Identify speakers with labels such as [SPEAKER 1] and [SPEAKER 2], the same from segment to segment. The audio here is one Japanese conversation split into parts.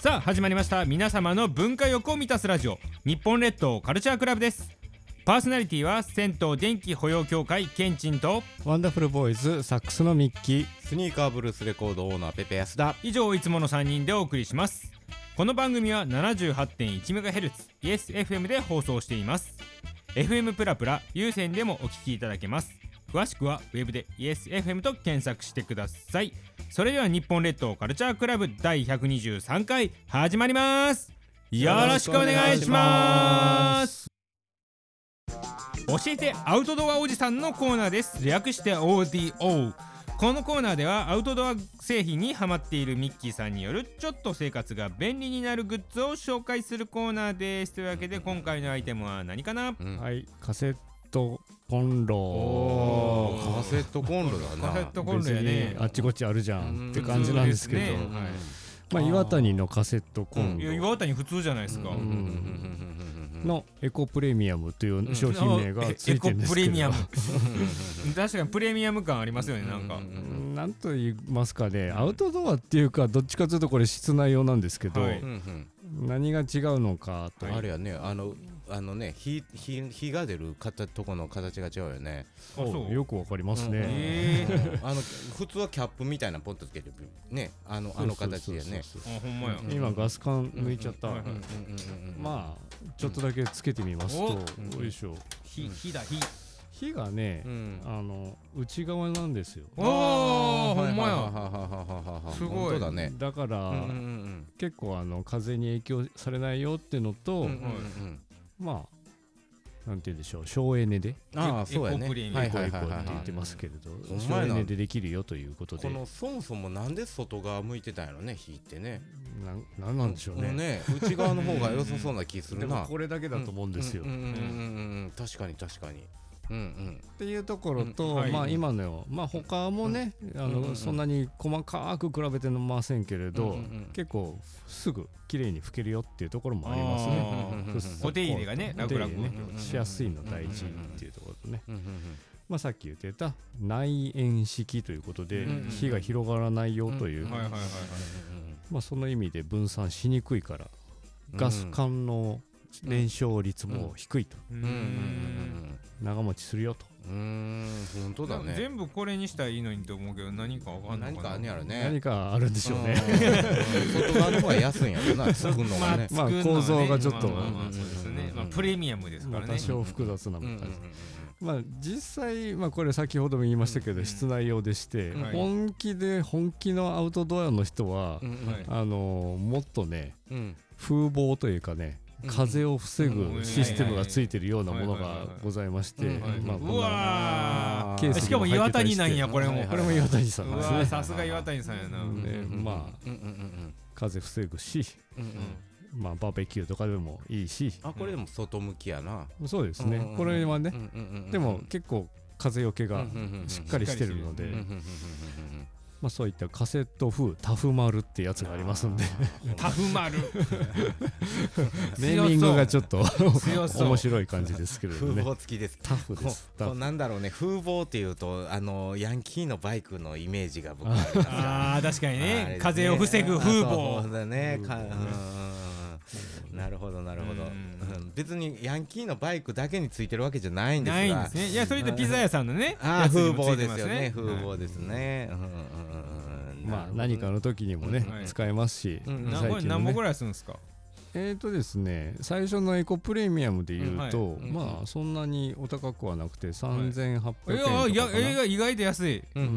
[SPEAKER 1] さあ始まりました皆様の文化欲を満たすラジオ日本列島カルチャークラブですパーソナリティは銭湯電気保養協会ケンチンと
[SPEAKER 2] ワンダフルボーイズサックスのミッキー
[SPEAKER 3] スニーカーブルースレコードオーナーペペヤスだ
[SPEAKER 1] 以上いつもの3人でお送りしますこの番組は 78.1MHz イエス FM で放送しています FM プラプラ有線でもお聞きいただけます詳しくはウェブでイエス FM と検索してくださいそれでは日本列島カルチャークラブ第123回始まりますよろしくお願いします教えてアウトドアおじさんのコーナーです略して ODO このコーナーではアウトドア製品にハマっているミッキーさんによるちょっと生活が便利になるグッズを紹介するコーナーですというわけで今回のアイテムは何かな
[SPEAKER 3] うん
[SPEAKER 2] はいカセットコンロ
[SPEAKER 3] おーカセットコンロだな
[SPEAKER 1] カセットコンロ
[SPEAKER 2] 別
[SPEAKER 1] やね
[SPEAKER 2] にあっちこっちあるじゃ
[SPEAKER 3] うん
[SPEAKER 2] んって感じなんですけど
[SPEAKER 1] そうですね
[SPEAKER 3] はい
[SPEAKER 2] まあ岩谷のカセットコン
[SPEAKER 1] いや
[SPEAKER 2] ロ
[SPEAKER 1] 岩谷普通じゃないですか、
[SPEAKER 3] うんうんうんうんうん
[SPEAKER 2] のエコプレミアムという商品名がついてるんで
[SPEAKER 1] エ
[SPEAKER 2] す
[SPEAKER 1] コプレ
[SPEAKER 2] け
[SPEAKER 1] ミア
[SPEAKER 2] ど
[SPEAKER 1] ム確かにプレミアム感ありますよねなんか、
[SPEAKER 3] うんうんうん
[SPEAKER 2] うんなんと言いますかねアウトドアっていうかどっちかというとこれ室内用なんですけど
[SPEAKER 1] はい
[SPEAKER 3] うんうん
[SPEAKER 2] 何が違うのかと
[SPEAKER 3] あれやねあのあのね火火火が出る形とこの形が違うよね
[SPEAKER 1] あそう
[SPEAKER 2] よくわかります
[SPEAKER 3] うん
[SPEAKER 2] ね
[SPEAKER 1] ええ
[SPEAKER 3] あの普通はキャップみたいなのポンとつけてねあのあの形やね
[SPEAKER 2] そうそうそう
[SPEAKER 1] あほんまや、
[SPEAKER 3] う
[SPEAKER 2] そう今ガス管抜いちゃった
[SPEAKER 1] うん
[SPEAKER 3] うんうんうんうん
[SPEAKER 2] まあちょっとだけつけてみますと
[SPEAKER 3] うんお
[SPEAKER 2] よいしょ
[SPEAKER 1] 火火だ火
[SPEAKER 2] 火がね
[SPEAKER 3] うん
[SPEAKER 2] あの内側なんですよ
[SPEAKER 1] おおほ
[SPEAKER 3] はい
[SPEAKER 1] んま
[SPEAKER 3] は
[SPEAKER 1] や
[SPEAKER 3] いはいはいはいはいはい
[SPEAKER 1] すごい
[SPEAKER 3] 本当だね
[SPEAKER 2] だか
[SPEAKER 3] う
[SPEAKER 2] ら
[SPEAKER 3] んうんうん
[SPEAKER 2] 結構あの風に影響されないよっての
[SPEAKER 3] うん
[SPEAKER 2] と
[SPEAKER 3] うんうんうん
[SPEAKER 2] まあなんて言うんでしょう省エネで
[SPEAKER 3] ああそうや
[SPEAKER 1] エコプレ
[SPEAKER 3] ね
[SPEAKER 1] ミアム
[SPEAKER 3] はい
[SPEAKER 2] こう
[SPEAKER 3] は
[SPEAKER 2] い
[SPEAKER 3] い
[SPEAKER 2] うこ
[SPEAKER 3] はいはい
[SPEAKER 2] うって言っ
[SPEAKER 3] は
[SPEAKER 2] てますけれど
[SPEAKER 3] うん
[SPEAKER 2] 省エネでできるよということ
[SPEAKER 3] いこ
[SPEAKER 2] で
[SPEAKER 3] のそもそもなんで外側向いてたんやろね火ってね
[SPEAKER 2] なんなんなんでしょう
[SPEAKER 3] もう
[SPEAKER 2] ね
[SPEAKER 3] ね内側の方が良さそうな気す
[SPEAKER 2] で
[SPEAKER 3] る
[SPEAKER 2] も
[SPEAKER 3] な
[SPEAKER 2] これだけだと思うんですよ
[SPEAKER 3] うんうんうんうんうん確かに確かにうん
[SPEAKER 2] っていうところ
[SPEAKER 1] うん
[SPEAKER 2] と
[SPEAKER 1] はい
[SPEAKER 2] まあ今のまあ他もねあ
[SPEAKER 3] うんうんう
[SPEAKER 2] の
[SPEAKER 3] ん
[SPEAKER 2] そんなに細かく比べてませんけれ
[SPEAKER 3] うんうん
[SPEAKER 2] ど
[SPEAKER 3] うん
[SPEAKER 2] 結構すぐ綺麗に拭けるよっていうところもありますね
[SPEAKER 1] あ
[SPEAKER 3] うん
[SPEAKER 1] お手入れがね
[SPEAKER 2] お手入れ
[SPEAKER 1] 楽々
[SPEAKER 2] ね
[SPEAKER 3] うんうんうん
[SPEAKER 2] しやすいの大事っていうところとね、
[SPEAKER 3] うんうん
[SPEAKER 2] まあ、さっき言ってた内縁式ということで
[SPEAKER 3] うんうん
[SPEAKER 2] 火が広がらないよという、
[SPEAKER 3] う
[SPEAKER 1] ー
[SPEAKER 3] ん
[SPEAKER 1] はいはいはいはい
[SPEAKER 2] まあ、その意味で分散しにくいから
[SPEAKER 3] うん
[SPEAKER 2] ガス管の燃焼率も低いと
[SPEAKER 1] う
[SPEAKER 3] うんんうんうん
[SPEAKER 2] 長持ちするよと
[SPEAKER 3] うんうんうん本当だね
[SPEAKER 1] 全部これにしたらいいのにと思うけど何かわかんない
[SPEAKER 3] 何かあんねやろね
[SPEAKER 2] 何かあるんでしょう
[SPEAKER 3] う
[SPEAKER 2] ね。
[SPEAKER 3] ん外側の方が安いんや ろな作るの
[SPEAKER 1] ま
[SPEAKER 3] がね
[SPEAKER 1] あ、作るのはね
[SPEAKER 2] まあ構造がちょっと
[SPEAKER 1] まあまあまあそうですね、まあ、プレミアムですか
[SPEAKER 2] まあ
[SPEAKER 1] らね、
[SPEAKER 2] 多少複雑な
[SPEAKER 3] うんうんうん
[SPEAKER 2] 感じまあ実際、まあ、これ先ほども言いましたけ
[SPEAKER 1] うんう
[SPEAKER 2] ど
[SPEAKER 1] ん
[SPEAKER 2] 室内用でして
[SPEAKER 3] はい
[SPEAKER 2] 本気で本気のアウトドアの人は
[SPEAKER 3] うんうん
[SPEAKER 1] はい
[SPEAKER 2] あのもっとね
[SPEAKER 3] うん
[SPEAKER 2] 風防というかね
[SPEAKER 3] うん
[SPEAKER 2] 風を防ぐシステムがついてるようなもの
[SPEAKER 1] はいはい
[SPEAKER 2] が
[SPEAKER 1] はい
[SPEAKER 2] ございまして、
[SPEAKER 3] うん
[SPEAKER 1] はい
[SPEAKER 2] まあ、こん
[SPEAKER 1] う
[SPEAKER 2] な
[SPEAKER 1] わ
[SPEAKER 2] ケー
[SPEAKER 1] ー
[SPEAKER 2] ス
[SPEAKER 1] しかも岩谷なんやこれも、
[SPEAKER 3] はいはい
[SPEAKER 2] これも岩谷さ
[SPEAKER 1] うん
[SPEAKER 2] です
[SPEAKER 1] わー
[SPEAKER 2] ね。
[SPEAKER 1] さすが岩谷さんやな、
[SPEAKER 2] うんでまあ
[SPEAKER 3] うんうんうん
[SPEAKER 2] 風防ぐし、
[SPEAKER 3] うんうんうん
[SPEAKER 2] まあ、バーベキューとかでもいいし、
[SPEAKER 3] あこれでも外向きやな
[SPEAKER 2] そうです
[SPEAKER 3] うんうんう
[SPEAKER 2] ね
[SPEAKER 3] ん。
[SPEAKER 2] これはね、でも
[SPEAKER 3] 結
[SPEAKER 2] 結構風よけがしっかりしてるの
[SPEAKER 1] う
[SPEAKER 2] で
[SPEAKER 1] んうん、
[SPEAKER 2] まあ、そういったカセット風タフマルってやつがありますんで、
[SPEAKER 1] タフマル
[SPEAKER 2] ネーミングがちょっと
[SPEAKER 1] 強そう
[SPEAKER 2] 面白い感じですけれど
[SPEAKER 3] 風
[SPEAKER 2] ね。
[SPEAKER 3] 貌付きです
[SPEAKER 2] タフで
[SPEAKER 3] こ
[SPEAKER 2] す。
[SPEAKER 3] うこ
[SPEAKER 2] タ
[SPEAKER 3] う
[SPEAKER 2] フ
[SPEAKER 3] なんだろうね風貌っていうとあのヤンキーのバイクのイメージが僕はありますよ
[SPEAKER 1] あー確かに
[SPEAKER 3] あれです
[SPEAKER 1] ね
[SPEAKER 3] ね
[SPEAKER 1] 風を防ぐ風
[SPEAKER 3] あそう
[SPEAKER 1] 貌
[SPEAKER 3] だねかう
[SPEAKER 2] 風
[SPEAKER 3] ん
[SPEAKER 2] 貌
[SPEAKER 3] うんうんなるほどなるほど
[SPEAKER 1] うん
[SPEAKER 3] うん別にヤンキーのバイクだけについてるわけじゃないんですが
[SPEAKER 1] ないんですねいやそれでピザ屋さんのね
[SPEAKER 3] あ
[SPEAKER 1] や
[SPEAKER 3] ー
[SPEAKER 1] つに
[SPEAKER 3] 風
[SPEAKER 1] もつ
[SPEAKER 3] 貌
[SPEAKER 1] いて
[SPEAKER 3] で
[SPEAKER 1] ます
[SPEAKER 3] よね風
[SPEAKER 1] はい
[SPEAKER 3] 貌ですねうんうんうんうん
[SPEAKER 2] まあ何かの時にもね、
[SPEAKER 1] うん
[SPEAKER 2] 使えますし、
[SPEAKER 3] うん
[SPEAKER 1] な
[SPEAKER 2] 最
[SPEAKER 1] これ
[SPEAKER 2] 近の
[SPEAKER 1] 何
[SPEAKER 2] ね
[SPEAKER 1] 本ぐらいするんですか
[SPEAKER 2] えーとですね、最初のエコプレミアムで言うと、
[SPEAKER 1] うん
[SPEAKER 3] はい
[SPEAKER 2] まあそんなにお高くはなくて3800円と
[SPEAKER 1] い
[SPEAKER 2] かかな、
[SPEAKER 1] やいやいや意外と安い
[SPEAKER 3] うんうんうん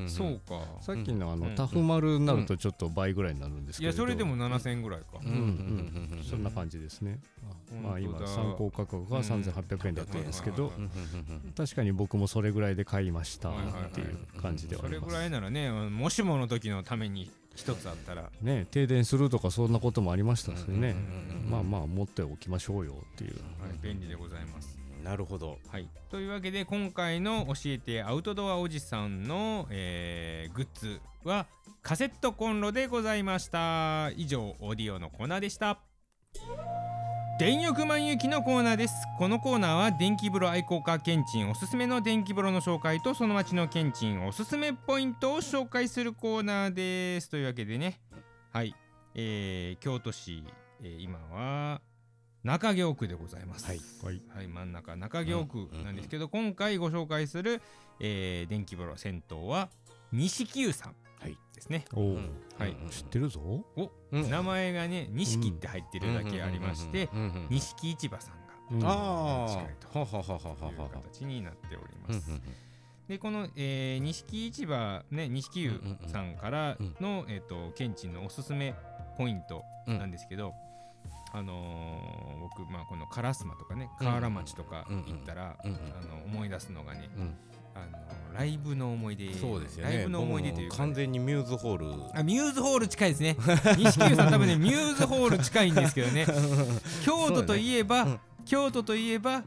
[SPEAKER 3] うんん
[SPEAKER 1] そうか
[SPEAKER 2] さっきのあの、
[SPEAKER 1] うん
[SPEAKER 2] タフマルになるとちょっと倍ぐらいになるんです
[SPEAKER 1] い
[SPEAKER 2] けれ
[SPEAKER 1] や
[SPEAKER 2] ど、
[SPEAKER 1] それでも7000円ぐらいか
[SPEAKER 3] うんうんうんうん
[SPEAKER 2] そんな感じですね、
[SPEAKER 1] うん
[SPEAKER 2] まあ
[SPEAKER 1] 本当
[SPEAKER 2] 今
[SPEAKER 1] だ
[SPEAKER 2] 参考価格が3800円だったんですけど、
[SPEAKER 1] うん
[SPEAKER 3] うんうんうん
[SPEAKER 2] 確かに僕もそれぐらいで買いましたっ
[SPEAKER 1] はいはいはい
[SPEAKER 2] ていう感じでは
[SPEAKER 1] そ
[SPEAKER 2] あり
[SPEAKER 1] れ
[SPEAKER 2] ま
[SPEAKER 1] ぐ
[SPEAKER 2] す、
[SPEAKER 1] らいならねもしもの時のために一つあったら
[SPEAKER 2] ね停電するとかそんなこともありましたしね、
[SPEAKER 3] うんうん
[SPEAKER 2] まあまあ持っておきましょうよっていう
[SPEAKER 1] はい便利でございます
[SPEAKER 3] なるほど
[SPEAKER 1] はい、というわけで今回の「教えてアウトドアおじさんの」えーグッズはカセットコンロでございました以上オーディオのコーナーでした電浴満雪のコーナーですこのコーナーは電気風呂愛好家ケンチンおすすめの電気風呂の紹介とその町のケンチンおすすめポイントを紹介するコーナーですというわけでねはい、えー京都市、えー今は中京区でございます。
[SPEAKER 3] はい
[SPEAKER 2] はい
[SPEAKER 1] はい真ん中中京区
[SPEAKER 3] うん
[SPEAKER 1] なんですけど、今回ご紹介する、えー電気風呂銭湯は錦湯さん
[SPEAKER 3] はい
[SPEAKER 1] ですね。
[SPEAKER 2] おう
[SPEAKER 3] うん
[SPEAKER 1] はい
[SPEAKER 3] うん
[SPEAKER 2] 知ってるぞ
[SPEAKER 1] お、
[SPEAKER 3] うん
[SPEAKER 1] 名前がね錦って入ってるだけありまして、
[SPEAKER 3] うんうんうんうん
[SPEAKER 1] 錦市場さんが
[SPEAKER 2] うん
[SPEAKER 3] あ
[SPEAKER 1] 近い
[SPEAKER 3] あはははは
[SPEAKER 1] とい
[SPEAKER 3] は
[SPEAKER 1] う
[SPEAKER 3] は
[SPEAKER 1] 形になっており
[SPEAKER 3] う
[SPEAKER 1] ま
[SPEAKER 3] んう
[SPEAKER 1] す。
[SPEAKER 3] ん
[SPEAKER 1] でこの、えー、錦市場ね錦湯さんからの、えっ、とケンチンのおすすめポイント
[SPEAKER 3] うん
[SPEAKER 1] なんですけど、あのー僕まあこの烏丸とかね河原町とか
[SPEAKER 3] うん
[SPEAKER 1] 行ったら、
[SPEAKER 3] うんうん
[SPEAKER 1] あの思い出すのがね、
[SPEAKER 3] うん
[SPEAKER 1] あのライブの思い出
[SPEAKER 3] そうですよ
[SPEAKER 1] ラ
[SPEAKER 3] ね
[SPEAKER 1] イブの思い出という
[SPEAKER 3] も
[SPEAKER 1] か、
[SPEAKER 3] 完全にミューズホール
[SPEAKER 1] あミューズホール近いですね錦湯さん多分ねミューズホール近いんですけど ね京都といえば、
[SPEAKER 3] そうだね
[SPEAKER 1] 京都といえば、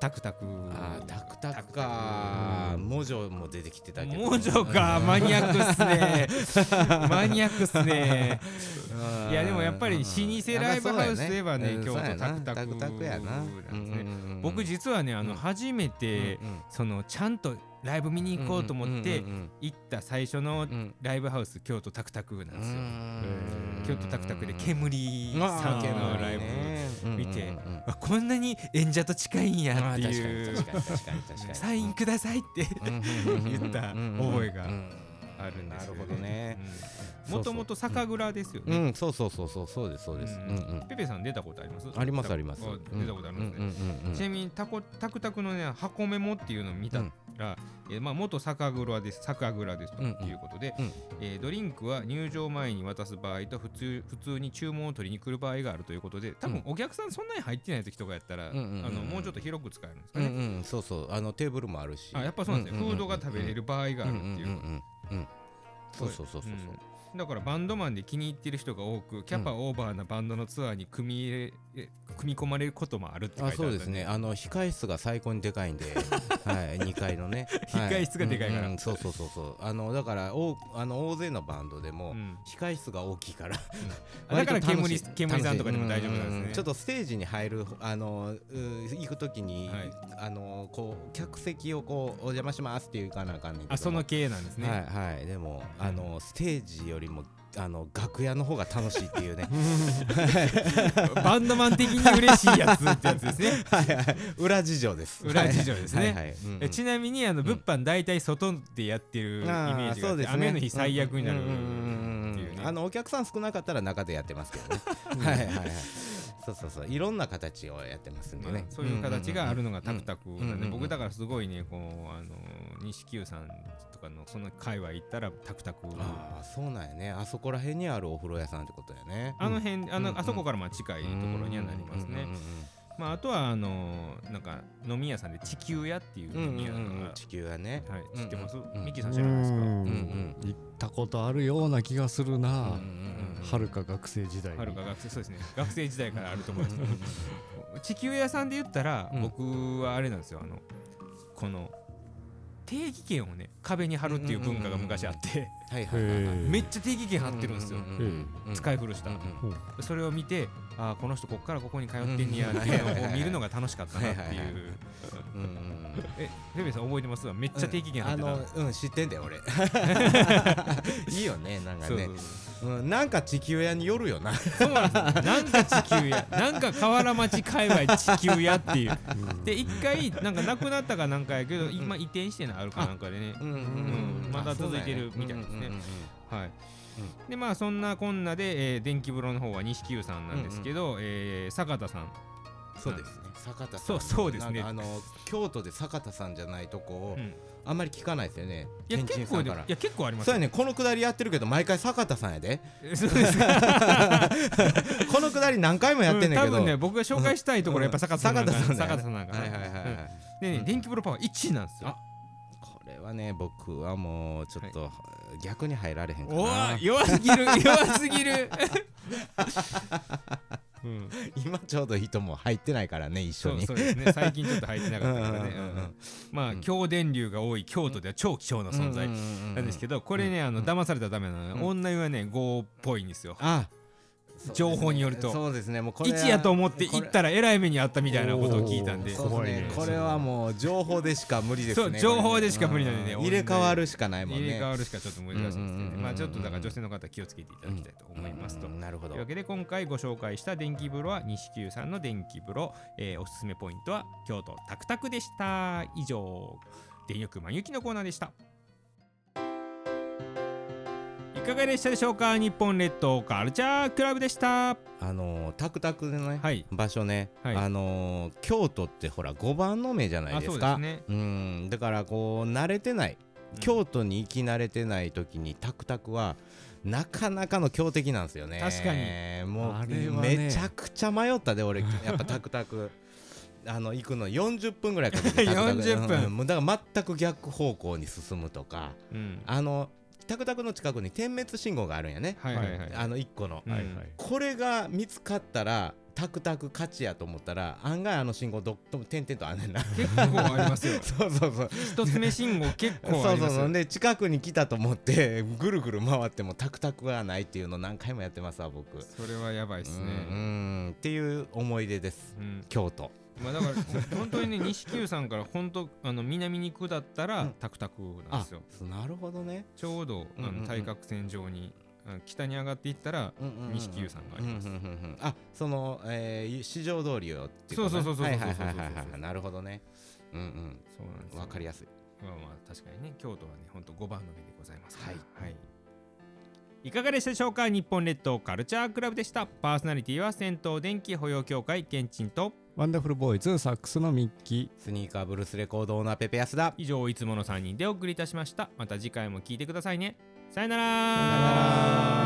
[SPEAKER 1] タクタク
[SPEAKER 3] あータクタ
[SPEAKER 1] タク
[SPEAKER 3] クか
[SPEAKER 2] うん
[SPEAKER 3] モジョも出てきてたけど
[SPEAKER 1] 文章かマニアックっすね マニアックっすねいやでもやっぱり老舗ライブハウスといえばね京都タクタク
[SPEAKER 3] やな
[SPEAKER 1] なんですね僕実はねあの
[SPEAKER 3] うん
[SPEAKER 1] 初めてそのちゃんとライブ見に行こうと思って行った最初のライブハウス京都タクタクなんですよ京都タクタクで煙さんのライブ見てあこんなに演者と近いんやっていうサインくださいって言った覚えがあるんですよ
[SPEAKER 3] なるほどね
[SPEAKER 1] もともと酒蔵ですよ
[SPEAKER 3] う
[SPEAKER 1] ね
[SPEAKER 3] んそうそうそうそうそうですそうです
[SPEAKER 1] うんペペさん出たことあります
[SPEAKER 3] ありますあります
[SPEAKER 1] 出たことありますね、ちなみにタコタクタクのね箱メモっていうのを見たら、えーまあ、元酒蔵です酒蔵ですと
[SPEAKER 3] うんうん
[SPEAKER 1] いうことで、
[SPEAKER 3] うん
[SPEAKER 1] えードリンクは入場前に渡す場合と普通普通に注文を取りに来る場合があるということで多分お客さんそんなに入ってない時とかやったら、
[SPEAKER 3] うんうんうんうん
[SPEAKER 1] あのもうちょっと広く使えるんですか
[SPEAKER 3] うん
[SPEAKER 1] ね、
[SPEAKER 3] うんそうそうあのテーブルもあるし
[SPEAKER 1] あやっぱそうなんですね、
[SPEAKER 3] うんうんうん
[SPEAKER 1] フードが食べれる場合があるっていう、
[SPEAKER 3] んうんうんそうそうそうそ
[SPEAKER 1] うん
[SPEAKER 3] う
[SPEAKER 1] だからバンドマンで気に入ってる人が多くキャパオーバーなバンドのツアーに組み入れえ組み込まれることもあるって書い
[SPEAKER 3] あ
[SPEAKER 1] てあ
[SPEAKER 3] そ
[SPEAKER 1] る
[SPEAKER 3] うんですねあの控室が最高にでか いんではい2階のねはい
[SPEAKER 1] 控室がでかいから
[SPEAKER 3] うんうんそうそうそうそうあのだからおあの大勢のバンドでも、
[SPEAKER 1] うん
[SPEAKER 3] 控室が大きいから
[SPEAKER 1] だから
[SPEAKER 3] 割と楽しい
[SPEAKER 1] 煙煙さんとかでも大丈夫なんですね
[SPEAKER 3] うううちょっとステージに入るあのう行く時に、
[SPEAKER 1] はい
[SPEAKER 3] あのこう客席をこうお邪魔しますっていうかなあかんねんけど
[SPEAKER 1] あその系なんですね、
[SPEAKER 3] はいはいでもあのステージよりもあの楽屋の方が楽しいっ ていうね
[SPEAKER 1] バンドマン的に嬉しいやつってやつですね
[SPEAKER 3] はいはい裏事情です
[SPEAKER 1] 裏事情ですね
[SPEAKER 3] はいはいはいうん
[SPEAKER 1] えちなみにあの物販大体外でやってるイメージがあって、雨の日最悪になるっていうね
[SPEAKER 3] あのお客さん少なかったら中でやってますけどねはいはいはいそうそうそういろんな形をやってますんで
[SPEAKER 1] まあ
[SPEAKER 3] ね、
[SPEAKER 1] そういう形があるのがタクタクなんで、
[SPEAKER 3] うんうんうん
[SPEAKER 1] 僕だからすごいねこうあの錦湯さんとかのその界隈行ったらタクタク
[SPEAKER 3] ああそうなんやねあそこら辺にあるお風呂屋さんってことやね
[SPEAKER 1] あの辺あ
[SPEAKER 3] う
[SPEAKER 1] の
[SPEAKER 3] ん
[SPEAKER 1] あそこからまあ近いところにはなりますね、まあ、あとはあのなんか飲み屋さんで地球屋っていう
[SPEAKER 3] うんうんう
[SPEAKER 1] 飲
[SPEAKER 3] ん
[SPEAKER 1] み屋が、
[SPEAKER 3] うんうん地球はね
[SPEAKER 1] はい、知ってます、
[SPEAKER 3] うんうんうん
[SPEAKER 1] ミッキーさん知らないですか、
[SPEAKER 2] うん
[SPEAKER 3] うん
[SPEAKER 2] 行ったことあるような気がす
[SPEAKER 3] う
[SPEAKER 2] る
[SPEAKER 3] んう
[SPEAKER 2] なん
[SPEAKER 3] うん
[SPEAKER 2] はるか学生時代に
[SPEAKER 1] はるか学生そうですね学生時代からあると思います地球屋さんで言ったら、
[SPEAKER 3] うん
[SPEAKER 1] 僕はあれなんですよあのこの定期券をね壁に貼るっていう文化が昔あって、
[SPEAKER 3] はいはいはいはい
[SPEAKER 2] へえ
[SPEAKER 1] めっちゃ定期券貼ってるんですよ、
[SPEAKER 3] うううん
[SPEAKER 1] 使い古した、
[SPEAKER 3] うんうん
[SPEAKER 2] ほう
[SPEAKER 1] それを見てああこの人こっからここに通ってんねやっていうのをこう見るのが楽しかったなって
[SPEAKER 3] はい
[SPEAKER 1] い
[SPEAKER 3] はいは
[SPEAKER 1] う
[SPEAKER 3] うんうんうん
[SPEAKER 1] えフェベさん覚えてますめっちゃ定期券貼っ
[SPEAKER 3] あ
[SPEAKER 1] てた、
[SPEAKER 3] のうん知ってんだよ 俺いいよねなんか
[SPEAKER 1] そう
[SPEAKER 3] ね
[SPEAKER 1] そうそう
[SPEAKER 3] うんなんか地球屋によるよな
[SPEAKER 1] そうなんですよなんか地球屋なんか河原町界隈地球屋っていうで一回なんかなくなったかなんかやけど今移転してなあるかなんかでね
[SPEAKER 3] うんうん
[SPEAKER 1] うんまだ続いてるみたいですね
[SPEAKER 3] うんうんうん
[SPEAKER 1] はいでまあそんなこんなで、えー電気風呂の方は錦湯さんなんですけど、えー坂田さん
[SPEAKER 3] そうですね坂田さん
[SPEAKER 1] そうそうですね
[SPEAKER 3] なんかあの京都で坂田さんじゃないとこを
[SPEAKER 1] うん
[SPEAKER 3] あんまり聞かないですよね
[SPEAKER 1] いや
[SPEAKER 3] 天
[SPEAKER 1] 結
[SPEAKER 3] 神さ
[SPEAKER 1] 構
[SPEAKER 3] ん
[SPEAKER 1] でい
[SPEAKER 3] から
[SPEAKER 1] や結構あります
[SPEAKER 3] そう
[SPEAKER 1] よ
[SPEAKER 3] やねこのくだりやってるけど毎回坂田さんやで
[SPEAKER 1] そうですか
[SPEAKER 3] このくだり何回もやってんねん
[SPEAKER 1] 多
[SPEAKER 3] けど
[SPEAKER 1] 分ね僕が紹介したいところはやっぱ坂田さんなんか
[SPEAKER 3] うん
[SPEAKER 1] 坂
[SPEAKER 3] 坂
[SPEAKER 1] 田
[SPEAKER 3] 田
[SPEAKER 1] さ
[SPEAKER 3] さ
[SPEAKER 1] んなんかな
[SPEAKER 3] はいはいはいは
[SPEAKER 1] うん
[SPEAKER 3] い
[SPEAKER 1] でね、
[SPEAKER 3] うん
[SPEAKER 1] 電気風呂パワー1なんですよ
[SPEAKER 3] これはね僕はもうちょっと逆に入られへんか
[SPEAKER 1] お
[SPEAKER 3] な
[SPEAKER 1] ー弱すぎ る弱すぎる、うん
[SPEAKER 3] 今ちょうど人も入ってないからね一緒
[SPEAKER 1] そう
[SPEAKER 3] に
[SPEAKER 1] そうですね最近ちょっと入ってなかったからね
[SPEAKER 3] うんうんうんうん
[SPEAKER 1] うんうんまあ強電流が多い京都では超貴重な存在なんですけ
[SPEAKER 3] ど
[SPEAKER 1] どこれねあの騙されたらダメなの女湯はね5っぽいんですよ
[SPEAKER 3] あ
[SPEAKER 1] 情報によると
[SPEAKER 3] そうですねもうこれは
[SPEAKER 1] 一やと思って行ったらえらい目にあったみたいなことを聞いたんで
[SPEAKER 2] おー
[SPEAKER 3] そうですね
[SPEAKER 2] 怖いね
[SPEAKER 3] これはもう情報でしか無理です
[SPEAKER 1] そ
[SPEAKER 3] ね
[SPEAKER 1] う
[SPEAKER 3] これね
[SPEAKER 1] 情報でしか無理なんでね
[SPEAKER 3] うん入れ替わるしかないもん
[SPEAKER 1] 入
[SPEAKER 3] ね
[SPEAKER 1] れ替わるしかちょっと難しいですけど
[SPEAKER 3] うんうんうんう
[SPEAKER 1] ね
[SPEAKER 3] ん
[SPEAKER 1] まあちょっとだから女性の方気をつけていただきたいと思いますと
[SPEAKER 3] うんなるほ
[SPEAKER 1] と
[SPEAKER 3] ど
[SPEAKER 1] いうわけで今回ご紹介した電気風呂は西九さんの電気風呂、えーおすすめポイントは京都タクタクでした以上電力満雪のコーナーでしたいかがでしたでしょうか日本列島カルチャークラブでした
[SPEAKER 3] あのータクタクでね
[SPEAKER 1] はい
[SPEAKER 3] 場所ね
[SPEAKER 1] はい
[SPEAKER 3] あのー京都ってほら5番の目じゃないです
[SPEAKER 1] あそ
[SPEAKER 3] か
[SPEAKER 1] うですね
[SPEAKER 3] うんだからこう慣れてない
[SPEAKER 1] うん
[SPEAKER 3] 京都に行き慣れてない時にタクタクはなかなかの強敵なんですよね
[SPEAKER 1] 確か
[SPEAKER 3] もう
[SPEAKER 2] あれはね
[SPEAKER 3] めちゃくちゃ迷ったで俺やっぱタクタク あの行くの40分ぐらいかけて タクタク
[SPEAKER 1] 40分
[SPEAKER 3] うんもうだから全く逆方向に進むとか
[SPEAKER 1] うん
[SPEAKER 3] あのタクタクの近くに点滅信号があるんやね、
[SPEAKER 1] はいはいはい
[SPEAKER 3] あの1個の、
[SPEAKER 1] うん
[SPEAKER 2] はいはい
[SPEAKER 3] これが見つかったらタクタク勝ちやと思ったら案外あの信号どっと点々とあんねんな
[SPEAKER 1] 結構ありますよ
[SPEAKER 3] そうそうそう
[SPEAKER 1] 一つ目信号結構
[SPEAKER 3] そ
[SPEAKER 1] あ
[SPEAKER 3] う
[SPEAKER 1] り
[SPEAKER 3] そ
[SPEAKER 1] ま
[SPEAKER 3] う
[SPEAKER 1] す
[SPEAKER 3] そ
[SPEAKER 1] よ
[SPEAKER 3] うで近くに来たと思って ぐるぐる回ってもタクタクがないっていうの何回もやってますわ僕
[SPEAKER 1] それはやばいです
[SPEAKER 3] うんう
[SPEAKER 1] ね
[SPEAKER 3] んっていう思い出です
[SPEAKER 1] うん
[SPEAKER 3] 京都
[SPEAKER 1] まあだから本当にね 西九さんから本当あの南に下ったら、
[SPEAKER 3] うん
[SPEAKER 1] タクタクなん
[SPEAKER 3] あ
[SPEAKER 1] ですよ
[SPEAKER 3] なるほどね
[SPEAKER 1] ちょうどあ
[SPEAKER 3] うんうんう
[SPEAKER 1] の
[SPEAKER 3] ん
[SPEAKER 1] 対角線上に、あの北に上がっていったら錦湯さんがあります
[SPEAKER 3] うんうんうんうんあその、えー、市場通りをっていうことね
[SPEAKER 1] そうそうそうそうそう
[SPEAKER 3] はいはいはいはい
[SPEAKER 1] そうそうそう
[SPEAKER 3] はいなるほどねうん
[SPEAKER 1] そうなんです
[SPEAKER 3] うん
[SPEAKER 1] よ
[SPEAKER 3] わかりやすい
[SPEAKER 1] まあまあ確かにね京都はね本当5番の目でございますから
[SPEAKER 3] はい
[SPEAKER 1] はいいかがでしたでしょうか日本列島カルチャークラブでしたパーソナリティは銭湯電気保養協会ケンチンと
[SPEAKER 2] ワンダフルボーイズサックスのミッキ
[SPEAKER 3] スニーカーブルースレコードオーナーペペヤスだ
[SPEAKER 1] 以上いつもの3人でお送りいたしましたまた次回も聞いてくださいねさよなら
[SPEAKER 2] ー。